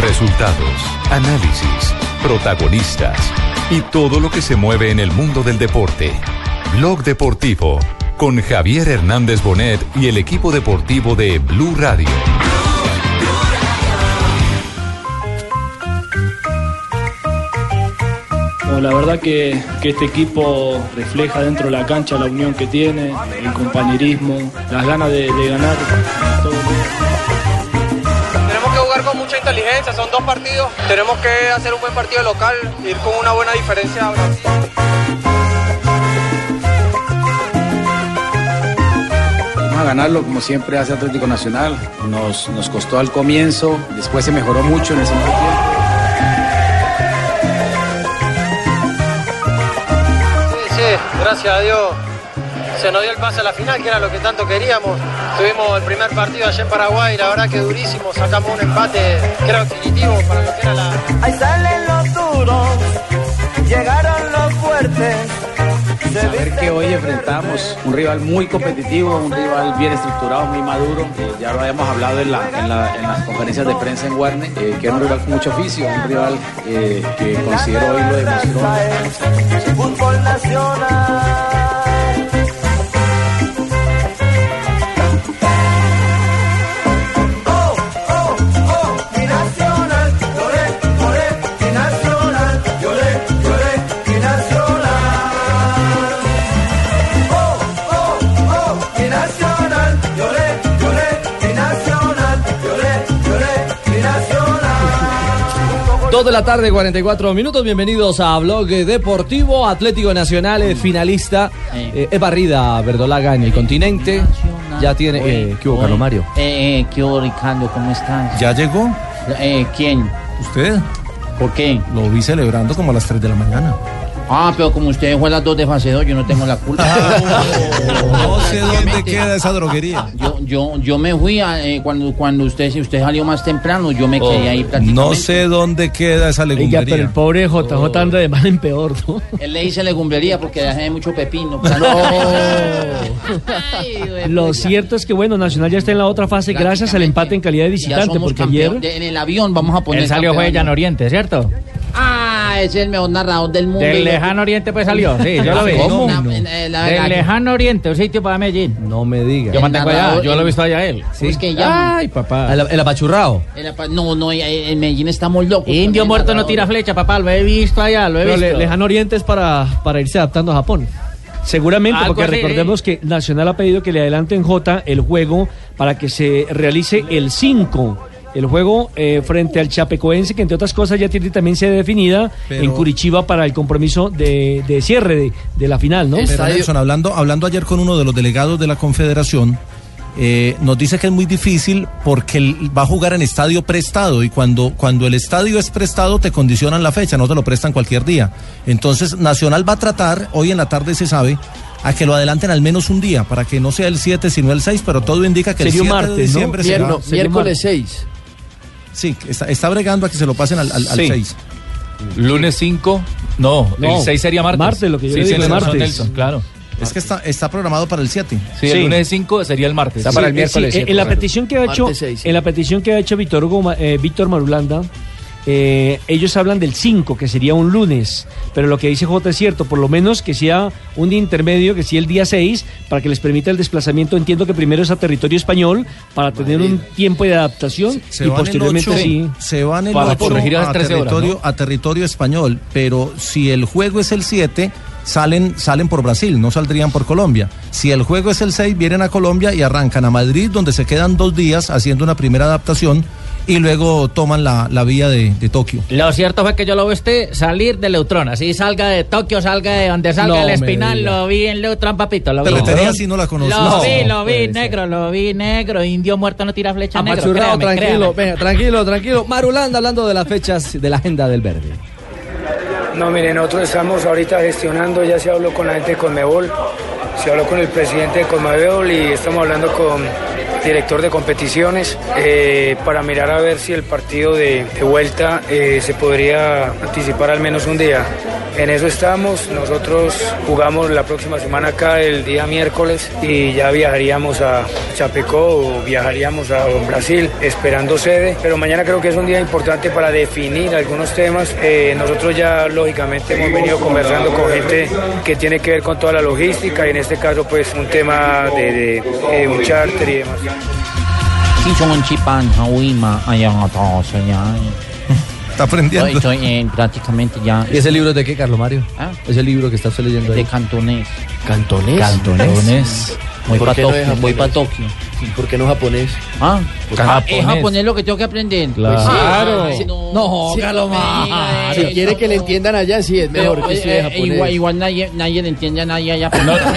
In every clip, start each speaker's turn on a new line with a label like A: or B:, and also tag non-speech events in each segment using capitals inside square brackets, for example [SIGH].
A: Resultados, análisis, protagonistas y todo lo que se mueve en el mundo del deporte. Blog Deportivo con Javier Hernández Bonet y el equipo deportivo de Blue Radio.
B: No, la verdad que, que este equipo refleja dentro de la cancha la unión que tiene, el compañerismo, las ganas de, de ganar.
C: Tenemos que jugar con mucha inteligencia, son dos partidos. Tenemos que hacer un buen partido local, ir con una buena diferencia a Brasil.
D: Vamos a ganarlo como siempre hace Atlético Nacional. Nos, nos costó al comienzo, después se mejoró mucho en el segundo tiempo.
C: Sí, sí, gracias a Dios. Se nos dio el pase a la final, que era lo que tanto queríamos. Tuvimos el primer partido ayer en Paraguay, la verdad que durísimo. Sacamos un empate, que era definitivo para lo que era la,
E: Ahí salen los duros, llegaron los fuertes.
D: Saber que hoy enfrentamos un rival muy competitivo, un rival bien estructurado, muy maduro. Eh, ya lo habíamos hablado en, la- en la- en las conferencias de prensa en Warner, eh, que era un rival con mucho oficio, un rival eh, que considero hoy lo demostró.
E: Fútbol nacional. Oh, oh, oh, mi nacional. Lloré, lloré, mi nacional. Lloré, lloré, mi nacional. Oh, oh, oh, mi nacional. Lloré, lloré, mi nacional. Lloré, lloré, mi nacional.
F: 2 de la tarde, 44 minutos. Bienvenidos a Blog Deportivo. Atlético Nacional eh, finalista. Eh, es barrida verdolaga en el continente. Ya tiene. eh, ¿Qué hubo, Carlos Mario?
G: Eh, eh, ¿Qué hubo, Ricardo? ¿Cómo estás?
H: ¿Ya llegó?
G: Eh, ¿Quién?
H: ¿Usted?
G: ¿Por qué?
H: Lo vi celebrando como a las 3 de la mañana.
G: Ah, pero como usted fue a las dos de fase 2, yo no tengo la
H: [LAUGHS]
G: culpa.
H: Ah, No sé dónde queda esa droguería.
G: yo, yo, yo me fui a, eh, cuando, cuando usted, si usted salió más temprano, yo me quedé ahí prácticamente.
H: Oh, No sé dónde queda esa
I: Oiga, pero el
H: legumbrería.
I: pobre JJ
B: Oh.
I: anda de mal en peor, ¿no?
G: Él le dice legumbrería porque dejé mucho pepino. [LAUGHS]
I: Lo cierto es que, bueno, Nacional ya está en la otra fase gracias al empate en calidad de
G: Ya
I: visitante,
G: somos
I: porque
G: campeón.
I: ayer...
G: De- en el avión vamos a poner.
J: Él salió fue de
G: campeón.
J: Llano Oriente, ¿cierto?
G: Ah, ese es el mejor narrador del mundo.
J: Del
G: Y-
J: lejano oriente pues salió, sí,
I: Ah,
J: yo lo vi.
G: ¿Cómo?
J: No, no.
G: En- en la-
J: Del lejano oriente, un sitio para Medellín.
F: No me diga.
J: Yo
G: El
J: mantengo allá,
G: narrador,
J: yo lo
G: el-
J: he visto allá a él.
G: ¿Cómo es que llama?
J: Ay, papá.
F: El, el apachurrado.
G: Era pa- no, no, eh, en Medellín estamos locos.
J: Indio
G: También,
J: muerto no
G: narrador.
J: tira flecha, papá, lo he visto allá, lo he
I: Pero
J: visto.
I: le- Lejano Oriente es para, para irse adaptando a Japón. Seguramente,
J: Algo
I: porque
J: así,
I: recordemos
J: ¿eh?
I: que Nacional ha pedido que le adelanten J el juego para que se realice el 5. El juego eh, frente al Chapecoense, que entre otras cosas ya tiene también sede definida
H: Pero-
I: en Curitiba para el compromiso de, eh, de cierre de, de la final, ¿no?
H: Pero Nelson, hablando, hablando ayer con uno de los delegados de la Confederación, eh, nos dice que es muy difícil porque el- va a jugar en estadio prestado y cuando, cuando el estadio es prestado te condicionan la fecha, no te lo prestan cualquier día. Entonces Nacional va a tratar, hoy en la tarde se sabe, a que lo adelanten al menos un día, para que no sea el 7 sino el 6, pero todo indica que el
I: Sería un
H: 7 de
I: martes, ¿no?
H: diciembre será-
I: Vierno- Sería miércoles
F: 6.
H: Sí, está, está bregando a que se lo pasen al, al, al
J: Sí.
H: 6.
J: Lunes 5, no,
I: No,
J: el 6 sería martes.
I: martes, lo que yo
J: sí,
I: le
J: sí,
I: digo,
J: el
I: martes.
J: profesor Nelson, claro.
H: Es que está, está programado para el 7.
J: Sí,
I: Sí.
J: el lunes 5 sería el martes.
I: Sí, eh, sí, eh, en la petición que ha hecho, en la petición que ha hecho Víctor Hugo Ma- eh, Víctor Marulanda, eh, ellos hablan del 5, que sería un lunes, pero lo que dice J es cierto, por lo menos que sea un día intermedio, que sea el día 6, para que les permita el desplazamiento. Entiendo que primero es a territorio español, para tener un tiempo de adaptación
H: Se
I: y
H: van el
I: posteriormente
H: ocho-
I: sí.
H: Se van el
J: Para
H: 8
J: corregir a las
H: a,
J: 13 horas,
H: territorio, a territorio español, pero si el juego es el 7, salen, salen por Brasil, no saldrían por Colombia. Si el juego es el 6, vienen a Colombia y arrancan a Madrid, donde se quedan dos días haciendo una primera adaptación y luego toman la, la vía de, de Tokio.
J: Lo cierto fue que yo lo vi usted salir de Leutrón, así salga de Tokio, salga de donde salga
F: No
J: el
F: me
J: espinal,
F: diga.
J: lo vi en Leutrón, papito, lo vi.
H: Ferretería si no la
J: Lo
H: conozco.
J: vi,
H: No.
J: lo vi, negro, lo vi, negro, indio muerto no tira flecha, negro,
F: Apachurrado,
J: créame,
F: tranquilo.
J: créame.
F: Venga, tranquilo, tranquilo. Marulanda hablando de las fechas de la agenda del verde.
K: No, mire, nosotros estamos ahorita gestionando, ya se habló con la gente de Conmebol, se habló con el presidente de Conmebol y estamos hablando con el director de competiciones eh, para mirar a ver si el partido de, de vuelta eh, se podría anticipar al menos un día. en eso estamos. Nosotros jugamos la próxima semana acá el día miércoles y ya viajaríamos a Chapecó o viajaríamos a Brasil esperando sede. Pero mañana creo que es un día importante para definir algunos temas. Eh, nosotros ya lógicamente hemos venido conversando con gente que tiene que ver con toda la logística y en este caso pues un tema de, de, eh, un charter y demás.
H: Está aprendiendo.
G: Estoy, estoy, eh, prácticamente ya. ¿Ah?
F: ¿Y ese libro es de qué, Carlos Mario? Ese libro que está usted leyendo
G: De cantonés.
L: ¿Cantonés?
G: Cantonés. Voy
L: ¿Por
G: pa'
L: qué no es
G: Tokio, voy
L: japonés?
G: pa' Tokio.
L: ¿Por qué no japonés?
G: Ah,
L: Pues
G: ah,
L: japonés.
G: es japonés lo que tengo que aprender.
L: Claro.
G: Pues sí. Ay, no, no, Carlos Mario.
L: Si quiere que le entiendan allá, sí, es mejor que
G: Eh,
L: estudie
G: eh,
L: japonés.
G: igual, igual nadie, nadie le entiende a nadie allá.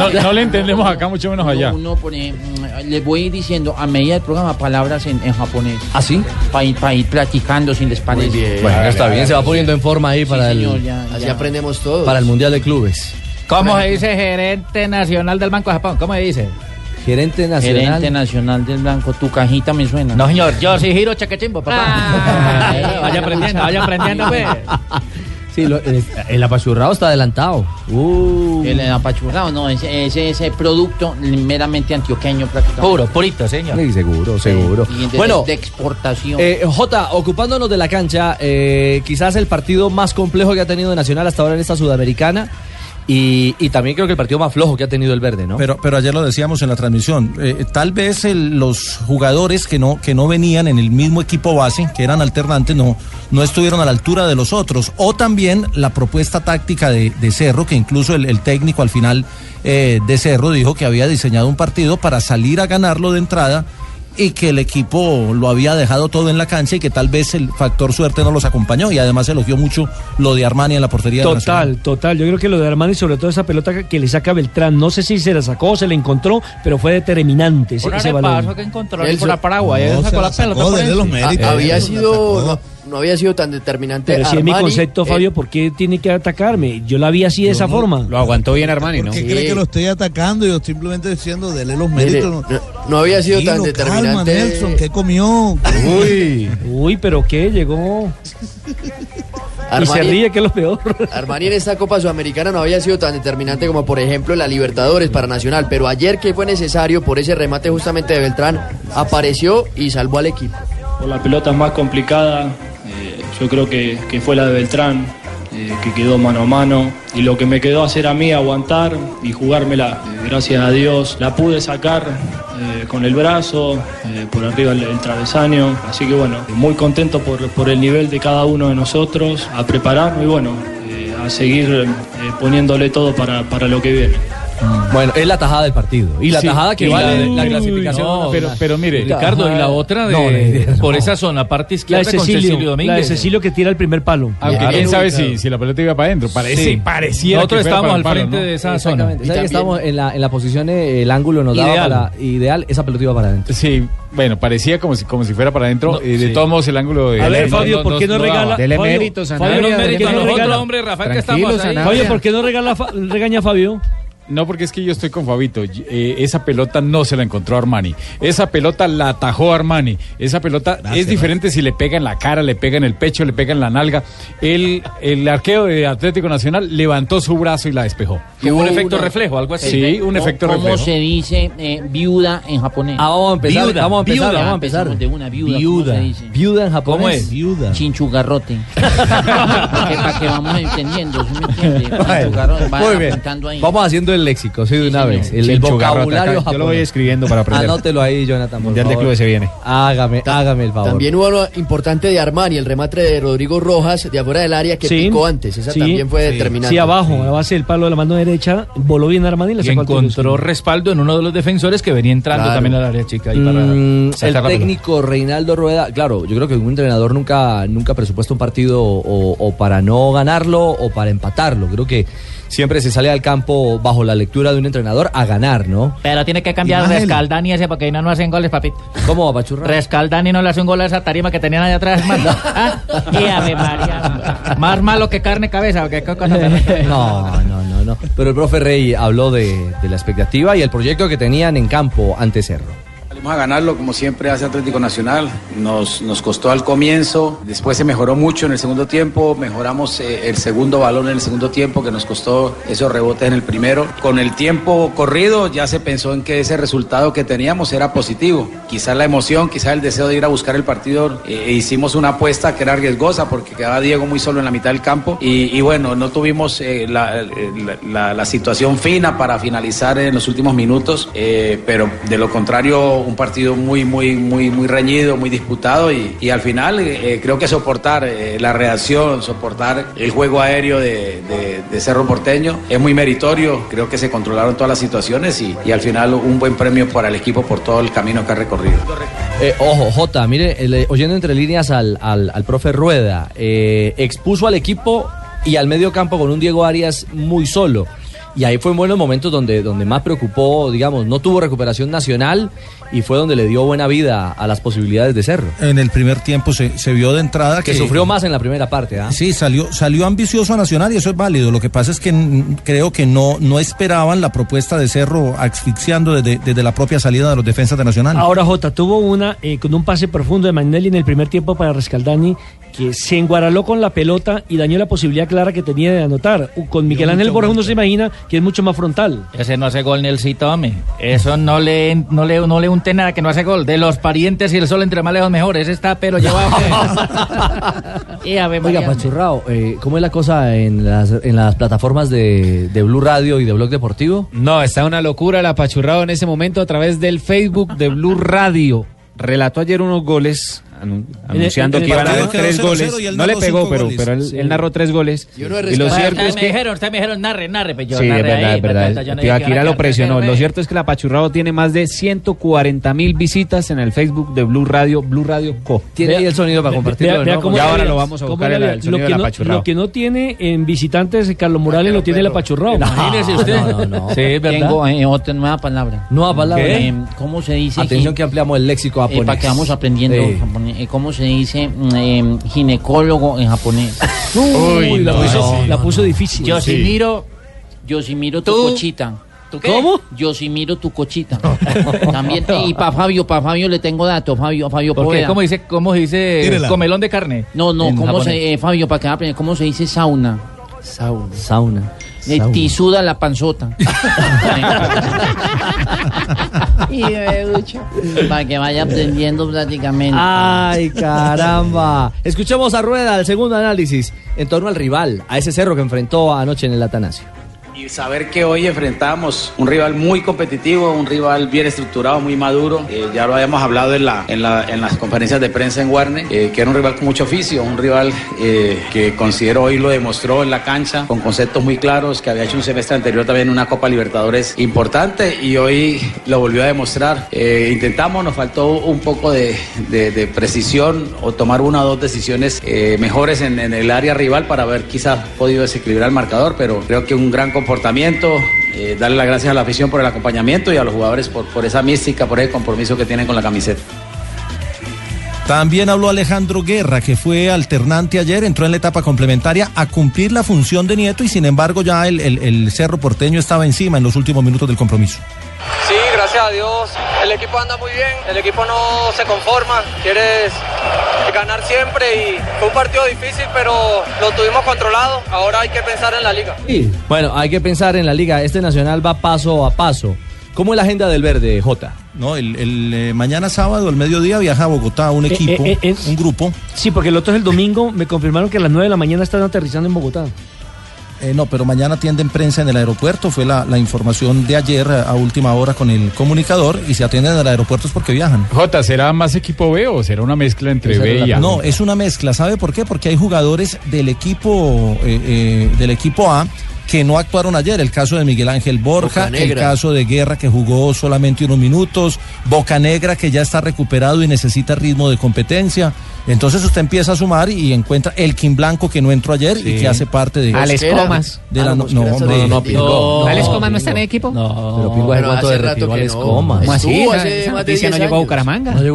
M: No, no le entendemos acá, mucho menos allá.
G: Uno pone, mm, les voy diciendo a medida del programa palabras en, en japonés. ¿Ah, sí? Para ir, pa' ir platicando, si les parece.
F: Bueno, está bien, se va poniendo en forma ahí para el
G: señor, ya, Así ya. aprendemos todos.
F: Para el Mundial de Clubes.
J: ¿Cómo se dice gerente nacional del Banco de Japón? ¿Cómo se dice?
F: Gerente nacional.
G: Gerente nacional del blanco, tu cajita me suena.
J: No, señor, yo sí giro chaquechimbo, papá.
C: Ah. [LAUGHS]
I: [LAUGHS]
C: Eh,
J: vaya aprendiendo, vaya aprendiendo, pues.
F: Sí, lo- el, el apachurrado está adelantado. Uh.
G: El apachurrado, no, ese, ese, ese producto meramente antioqueño prácticamente.
J: Puro, purito, señor.
F: Sí, seguro, seguro.
G: Y de,
F: bueno,
G: de exportación.
F: eh, Jota, ocupándonos de la cancha, eh, quizás el partido más complejo que ha tenido Nacional hasta ahora en esta Sudamericana. Y, y también creo que el partido más flojo que ha tenido el verde, ¿no?
H: Pero, pero ayer lo decíamos en la transmisión, eh, tal vez el- los jugadores que no, que no venían en el mismo equipo base, que eran alternantes, no, no estuvieron a la altura de los otros. O también la propuesta táctica de, de Cerro, que incluso el, el técnico al final eh, de Cerro dijo que había diseñado un partido para salir a ganarlo de entrada y que el equipo lo había dejado todo en la cancha y que tal vez el factor suerte no los acompañó y además elogió mucho lo de Armani en la portería de Nacional.
I: Total, total. Yo creo que lo de Armani, sobre todo esa pelota que- que le saca Beltrán, no sé si se la sacó o se la encontró, pero fue determinante ese,
J: Un
I: ese
J: arepazo
I: balón.
J: que encontró
L: Él
J: por la
L: se-
J: Paraguay. él
I: No,
J: sacó
I: se
J: la
I: la sacó,
J: pelota por
I: dele
J: ahí.
I: los
H: eh,
L: Ah, había sido, no, no había sido tan determinante.
I: Pero si es mi
L: Armani,
I: concepto,
L: eh,
I: Fabio, ¿por qué tiene que atacarme? Yo la vi así de esa forma.
J: Lo aguantó bien Armani,
N: ¿Por qué cree que lo estoy atacando? Yo simplemente diciendo, dele los
I: Mire,
N: méritos.
I: no- no había sido tan
N: Tranquilo, Calma,
I: determinante.
N: Nelson, ¿qué comió?
I: Uy, uy, pero qué, llegó. Y se
L: Armani-
I: ríe, que es lo peor.
L: Armani en esta Copa Sudamericana no había sido tan determinante como por ejemplo la Libertadores para Nacional, pero ayer que fue necesario por ese remate justamente de Beltrán, apareció y salvó al equipo.
B: Por las pelotas más complicadas, eh, yo creo que, que fue la de Beltrán, eh, que quedó mano a mano. Y lo que me quedó hacer a mí, aguantar y jugármela. Eh, gracias a Dios, la pude sacar eh, con el brazo, eh, por arriba el, el travesaño. Así que bueno, muy contento por, por el nivel de cada uno de nosotros, a prepararnos y bueno, eh, a seguir eh, poniéndole todo para, para lo que viene.
F: Bueno, es la tajada del partido. Y la
B: Sí,
M: Ah,
F: tajada que
B: y
F: vale
B: la de-
F: la,
B: Uy,
F: clasificación.
B: no,
M: Pero, pero mire,
F: Ajá.
M: Ricardo, y la otra de,
F: No, de-
M: por
F: no.
M: esa zona, parte
I: La de
M: izquierda con Cecilio
I: Cecilio, la de
M: Domínguez. Ah,
I: Cecilio que tira el primer palo.
M: Aunque quién sabe si, si la pelota iba para adentro. Parece,
I: Sí.
M: pareciera
I: Nosotros
M: que fuera
I: estábamos
M: para el
I: al
M: palo,
I: frente
M: ¿no?
I: de esa
F: Exactamente. ¿Sabe que estamos en la, en la posición, eh, el ángulo nos
M: Ideal.
F: daba para ideal, esa pelota iba para adentro.
M: Sí, bueno, parecía como si, como si fuera para adentro. y de todos modos, el ángulo de.
I: A ver, Fabio, ¿por qué no regala?
M: Del
I: Fabio, Fabio, ¿por qué no regala- Fabio, ¿por qué no regala, fa- regaña a Fabio?
M: No, porque es que yo estoy con Fabito. Y- eh, esa pelota no se la encontró Armani. Esa pelota la atajó Armani. Esa pelota es diferente si le pega en la cara, le pega en el pecho, le pega en la nalga. El, el arqueo de Atlético Nacional levantó su brazo y la despejó.
J: Y hubo
M: Como un
J: una-
M: efecto reflejo, algo así. Sí, un
G: ¿Cómo-
M: efecto
G: ¿Cómo
M: reflejo.
G: se dice eh, viuda en japonés?
F: Ah, vamos a empezar,
G: Viuda,
F: vamos a empezar,
G: viuda.
F: vamos a empezar.
G: Empecemos De una viuda.
F: Viuda.
G: ¿cómo se dice?
F: Viuda en japonés.
G: ¿Cómo es?
F: Viuda.
G: Chinchugarrote. para, que, pa' que vamos entendiendo, ¿sí me entiende? Chinchugarrote, va
F: Muy bien.
G: apuntando ahí.
F: Vamos haciendo el léxico, sí, de una vez. El, el vocabulario japonés.
L: Yo lo voy escribiendo para aprender.
F: Anótelo ahí, Jonathan.
L: Mundial de Clubes se viene.
F: Hágame, hágame el favor.
L: También hubo lo importante de Armani, el remate de Rodrigo Rojas de afuera del área que
I: Sí.
L: picó antes. Esa
I: Sí.
L: también fue
I: Sí.
L: determinante.
I: Sí, abajo, a la base del palo de la mano derecha, voló bien Armani y la
M: Y
I: sacó al tiro.
M: encontró respaldo en uno de los defensores que venía entrando
F: Claro.
M: también al área chica. ahí para
F: Mm,
M: sacar
F: el
M: la pelota.
F: técnico Reinaldo Rueda, claro, yo creo que un entrenador nunca, nunca presupuesta un partido o, o para no ganarlo o para empatarlo. Creo que siempre se sale al campo bajo la lectura de un entrenador a ganar,
M: Mm.
F: ¿no?
J: Pero tiene que cambiar
F: Imagen.
J: Rescaldani ese porque ahí no, no hacen goles, papito.
F: ¿Cómo,
J: Ah.
F: Pachurra?
J: Rescaldani no le hace un gol a esa tarima que tenían allá atrás. hermano. ¿Ah? [LAUGHS] Y Ave María. Más malo que carne cabeza. ¿o qué cosa? [LAUGHS]
F: No, no, no, no. Pero el profe Rey habló de, de la expectativa y el proyecto que tenían en campo ante Cerro.
D: Vamos a ganarlo como siempre hace Atlético Nacional. Nos, nos costó al comienzo, después se mejoró mucho en el segundo tiempo, mejoramos eh, el segundo balón en el segundo tiempo que nos costó esos rebotes en el primero. Con el tiempo corrido ya se pensó en que ese resultado que teníamos era positivo. Quizás la emoción, quizás el deseo de ir a buscar el partido, eh, hicimos una apuesta que era riesgosa porque quedaba Diego muy solo en la mitad del campo y, y bueno, no tuvimos eh, la, la- la- la situación fina para finalizar en los últimos minutos, eh, pero de lo contrario un partido muy, muy, muy, muy reñido, muy disputado y, y al final eh, creo que soportar eh, la reacción, soportar el juego aéreo de, de- de Cerro Porteño es muy meritorio, creo que se controlaron todas las situaciones y, y al final un buen premio para el equipo por todo el camino que ha recorrido.
F: Eh, ojo, Jota, mire, eh, le- oyendo entre líneas al, al- al profe Rueda, eh, expuso al equipo y al medio campo con un Diego Arias muy solo. Y ahí fue en buenos momentos donde, donde más preocupó, digamos, no tuvo recuperación nacional y fue donde le dio buena vida a las posibilidades de Cerro.
H: En el primer tiempo se, se vio de entrada
F: Que sufrió más en la primera parte, ¿ah?
H: Sí, salió, salió ambicioso a Nacional y eso es válido. Lo que pasa es que mm, creo que no, no esperaban la propuesta de Cerro asfixiando desde, desde la propia salida de los defensas de Nacional.
I: Ahora Jota tuvo una eh, con un pase profundo de Magnelli en el primer tiempo para Rescaldani que se enguaraló con la pelota y dañó la posibilidad clara que tenía de anotar. U- Con Miguel Ángel Borja uno se imagina que es mucho más frontal.
J: Ese no hace gol ni el Citome. Eso no le, no le, no le unte nada que no hace gol. De los parientes y el sol entre más lejos mejor. Ese está pero
F: [LAUGHS]
J: llevado. y Ave María.
F: Oiga, Pachurrao, eh, ¿cómo es la cosa en las, en las plataformas de, de Blue Radio y de Blog Deportivo?
O: No, está una locura el apachurrado en ese momento a través del Facebook de Blue Radio. Relató ayer unos goles anu-
I: el-
O: anunciando
I: en el
O: que iban a
I: partido
O: haber
I: quedó
O: tres
I: 0-0
O: goles.
I: y él
O: No le
I: narró
O: pegó,
I: cinco
O: pero,
I: goles.
O: pero él,
I: Sí.
O: él narró tres goles. Y, lo
J: Ustedes
O: cierto es
J: me
O: que
J: dijeron, ustedes me dijeron, narre, narre. Pues yo
O: sí, es
J: narré
O: verdad,
J: ahí,
O: es verdad.
J: patata, yo no dije que
O: Tibaquira
J: ahora
O: lo
J: que narre,
O: presionó.
J: narre.
O: Lo cierto es que el apachurrado tiene más de 140 mil visitas en el Facebook de Blue Radio, Blue Radio Co.
F: Tiene ahí el sonido para compartirlo.
I: Vea- vea cómo
O: Y
I: le
O: ahora
I: había-
O: lo vamos a
I: cómo
O: buscar
I: le
O: el,
I: había-
O: el sonido
I: lo
O: del
I: que, no,
O: apachurrado.
I: lo que no tiene en visitantes Carlos Morales lo tiene el Ah, apachurrado.
G: Imagínese usted.
F: Sí, es verdad.
G: Tengo eh, otra nueva palabra.
F: Nueva palabra.
G: Eh, ¿Cómo se dice?
F: Atención que ampliamos el léxico
G: Eh,
F: japonés.
G: para que vamos aprendiendo
F: Sí.
G: japonés. Eh, ¿Cómo se dice mm, eh, ginecólogo en japonés?
I: Uy, la puso, la puso
J: Pues
I: difícil.
G: Yoshimiro, Yoshimiro tu
I: ¿Tú?
G: cochita.
I: ¿Tú qué? ¿Cómo?
G: Yoshimiro tu cochita. [LAUGHS] También, y para Fabio, para Fabio le tengo datos, Fabio, Fabio
J: ¿Por qué?
G: Poveda.
J: ¿Cómo dice, cómo dice
G: Tírela.
J: comelón de carne?
G: No, no,
J: En
G: ¿cómo
J: japonés.
G: se, eh, Fabio, para que aprenda, ¿cómo se dice sauna? Sauna.
F: Sauna.
G: Le
F: Sauna.
G: tisuda
J: [LAUGHS]
G: la panzota. [LAUGHS] y bebucho. Para que vaya aprendiendo prácticamente.
J: Ah,
F: Ay, caramba. Escuchemos a Rueda el segundo análisis en torno al rival, a ese cerro que enfrentó anoche en el Atanasio.
D: Y saber que hoy enfrentamos un rival muy competitivo, un rival bien estructurado, muy maduro. Eh, ya lo habíamos hablado en, la, en, la- en las conferencias de prensa en Warner, eh, que era un rival con mucho oficio, un rival eh, que considero hoy lo demostró en la cancha, con conceptos muy claros, que había hecho un semestre anterior también una Copa Libertadores importante y hoy lo volvió a demostrar. Eh, intentamos, nos faltó un poco de, de- de precisión o tomar una o dos decisiones eh, mejores en, en el área rival para haber quizás podido desequilibrar el marcador, pero creo que un gran comportamiento, eh, darle las gracias a la afición por el acompañamiento y a los jugadores por, por esa mística, por ese compromiso que tienen con la camiseta.
H: También habló Alejandro Guerra, que fue alternante ayer, entró en la etapa complementaria a cumplir la función de Nieto y sin embargo ya el, el- el Cerro Porteño estaba encima en los últimos minutos del compromiso.
C: Sí, gracias a Dios. El equipo anda muy bien, el equipo no se conforma, quieres ganar siempre y fue un partido difícil, pero lo tuvimos controlado. Ahora hay que pensar en la liga.
F: Bueno, hay que pensar en la liga. Este Nacional va paso a paso. ¿Cómo es la agenda del verde, Jota?
H: No, el, el, eh, mañana sábado al mediodía viaja a Bogotá un
I: Eh,
H: equipo,
I: eh, eh,
H: un grupo.
I: Sí, porque el otro es el domingo. Me confirmaron que a las 9 de la mañana están aterrizando en Bogotá.
H: Eh, no, pero mañana atienden prensa en el aeropuerto. Fue la, la información de ayer a a última hora con el comunicador y se atienden en el aeropuerto es porque viajan.
M: J, ¿será más equipo B o será una mezcla entre
H: Esa era
M: B
H: la
M: y A?
H: pregunta. No, es una mezcla. ¿Sabe por qué? Porque hay jugadores del equipo eh, eh, del equipo A que no actuaron ayer. El caso de Miguel Ángel Borja, el
L: Negra.
H: caso de Guerra que jugó solamente unos minutos, Boca Negra que ya está recuperado y necesita ritmo de competencia. Entonces usted empieza a sumar y encuentra el Kim Blanco que no entró ayer y que hace parte de.
P: Alex Mosquera. Comas.
H: De la,
P: Ah,
G: Pues
H: no,
P: Mosquera se
H: no, no, no,
P: lo
H: no,
P: defendió.
H: Pirlo.
P: ¿Alex Comas no está en el equipo?
F: No, pero Pingo hace
P: pero
F: cuánto
P: hace
F: derritió
P: rato
F: a
P: que
F: Alex
P: no.
F: Comas.
P: ¿Cómo así? Estuvo hace
F: Esa
P: más de
F: noticia
P: 10 años.
F: No llegó a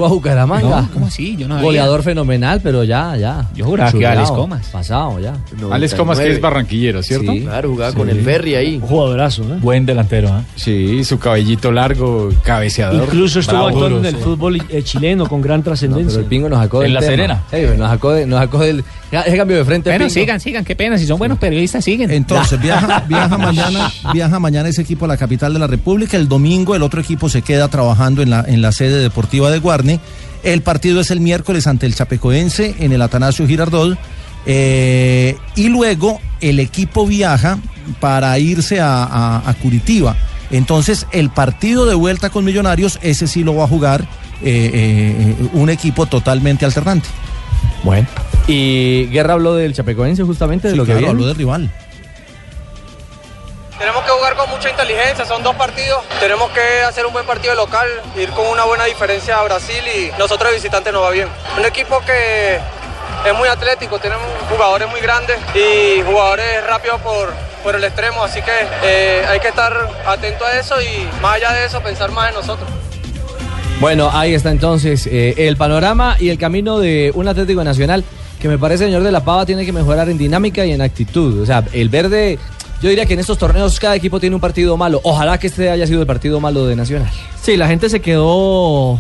F: Bucaramanga.
P: No, ¿cómo así? Yo no sabía.
F: Goleador fenomenal, pero ya, ya.
P: Yo juraba que iba a Alex
F: Churrao,
P: Comas.
F: Pasado, ya.
M: Alex Comas, que es barranquillero, ¿cierto?
F: Sí. Claro, jugaba
L: con el Ferry ahí.
I: Jugadorazo, ¿eh?
M: Buen delantero, ¿eh? Sí, su cabellito largo, cabeceador.
I: Incluso estuvo
M: Bravo.
I: actuando en
M: Duro,
I: el
M: sí.
I: fútbol eh, chileno con gran trascendencia.
F: Pero el pingo nos sacó
I: En
F: del
I: La
F: tema.
I: Serena.
F: Ah, Sí, pero nos sacó, de- nos sacó del. ya, Ese cambio de frente.
P: Bueno,
F: Pingo.
P: sigan, sigan, qué pena. Si son buenos periodistas, siguen.
H: [LAUGHS]
F: Entonces,
H: viaja, viaja mañana, viaja mañana ese equipo a la capital de la República. El domingo el otro equipo se queda trabajando en la, en la sede deportiva de Guarne. El partido es el miércoles ante el Chapecoense en el Atanasio Girardot. Eh, y luego el equipo viaja para irse a, a- a Curitiba. Entonces el partido de vuelta con Millonarios, ese sí lo va a jugar eh, eh, un equipo totalmente alternante.
F: Bueno. Y Guerra habló del Chapecoense justamente, de
H: Sí,
F: lo que
H: claro,
F: viene.
H: habló del rival.
C: Tenemos que jugar con mucha inteligencia, son dos partidos. Tenemos que hacer un buen partido local, ir con una buena diferencia a Brasil y nosotros de visitante nos va bien. Un equipo que es muy atlético, tenemos jugadores muy grandes y jugadores rápidos por, por el extremo, así que eh, hay que estar atento a eso y más allá de eso pensar más en nosotros.
F: Bueno, ahí está entonces eh, el panorama y el camino de un Atlético Nacional que me parece, señor de la Pava, tiene que mejorar en dinámica y en actitud. O sea, el verde, yo diría que en estos torneos cada equipo tiene un partido malo. Ojalá que este haya sido el partido malo de Nacional.
Q: Sí, la gente se quedó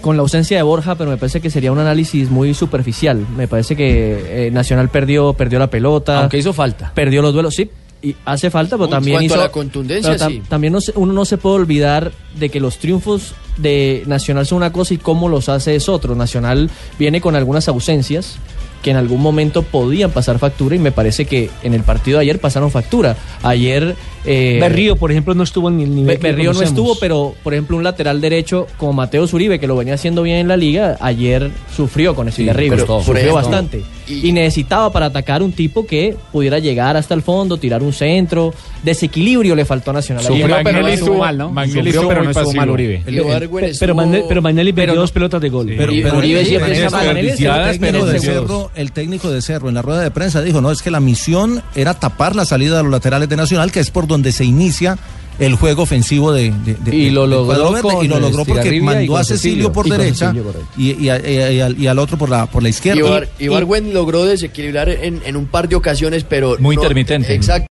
Q: con la ausencia de Borja, pero me parece que sería un análisis muy superficial. Me parece que eh, Nacional perdió, perdió la pelota.
F: Aunque hizo falta.
Q: Perdió los duelos, sí. Y hace falta, pero
L: En
Q: también
L: cuanto
Q: hizo.
L: a la contundencia,
Q: pero tam-
L: sí.
Q: También no se- uno no se puede olvidar de que los triunfos de Nacional son una cosa y cómo los hace es otro. Nacional viene con algunas ausencias que en algún momento podían pasar factura y me parece que en el partido de ayer pasaron factura. Ayer. eh,
I: Berrío, por ejemplo, no estuvo en el nivel.
Q: Be-
I: que
Q: Berrío no
I: conocemos.
Q: estuvo, pero por ejemplo un lateral derecho como Mateo Zuribe, que lo venía haciendo bien en la liga, ayer sufrió con ese
F: Sí,
Q: derribo,
F: costó. Por
Q: sufrió
F: ejemplo.
Q: bastante. Y, necesitaba para atacar un tipo que pudiera llegar hasta el fondo, tirar un centro. Desequilibrio le faltó a Nacional.
M: Sufrió,
Q: Ayer.
M: pero no Magnelli estuvo estuvo- mal, ¿no? Magnelli Sufrió, estuvo pero muy no estuvo pasivo. mal Uribe.
I: El- el- pe- pero, Magne- pero Magnelli perdió dos pelotas de gol.
H: Pero, pero el- el-
I: está mal.
H: el técnico de
I: Seguro.
H: Cerro, el técnico de Cerro en la rueda de prensa dijo, no, es que la misión era tapar la salida de los laterales de Nacional, que es por donde se inicia el juego ofensivo de, de- de-
F: Y lo
H: del
F: logró
H: cuadro verde,
F: con
H: y lo logró porque
F: Estigarribia y
H: mandó
F: con
H: a Cecilio
F: Cecilio.
H: por
F: Y con
H: derecha
F: Cecilio, correcto.
H: y, y a- y a- y al, y al otro por la por la izquierda.
L: Ibar- Ibargüen logró desequilibrar en, en un par de ocasiones, pero.
H: Muy intermitente.
L: Exacto.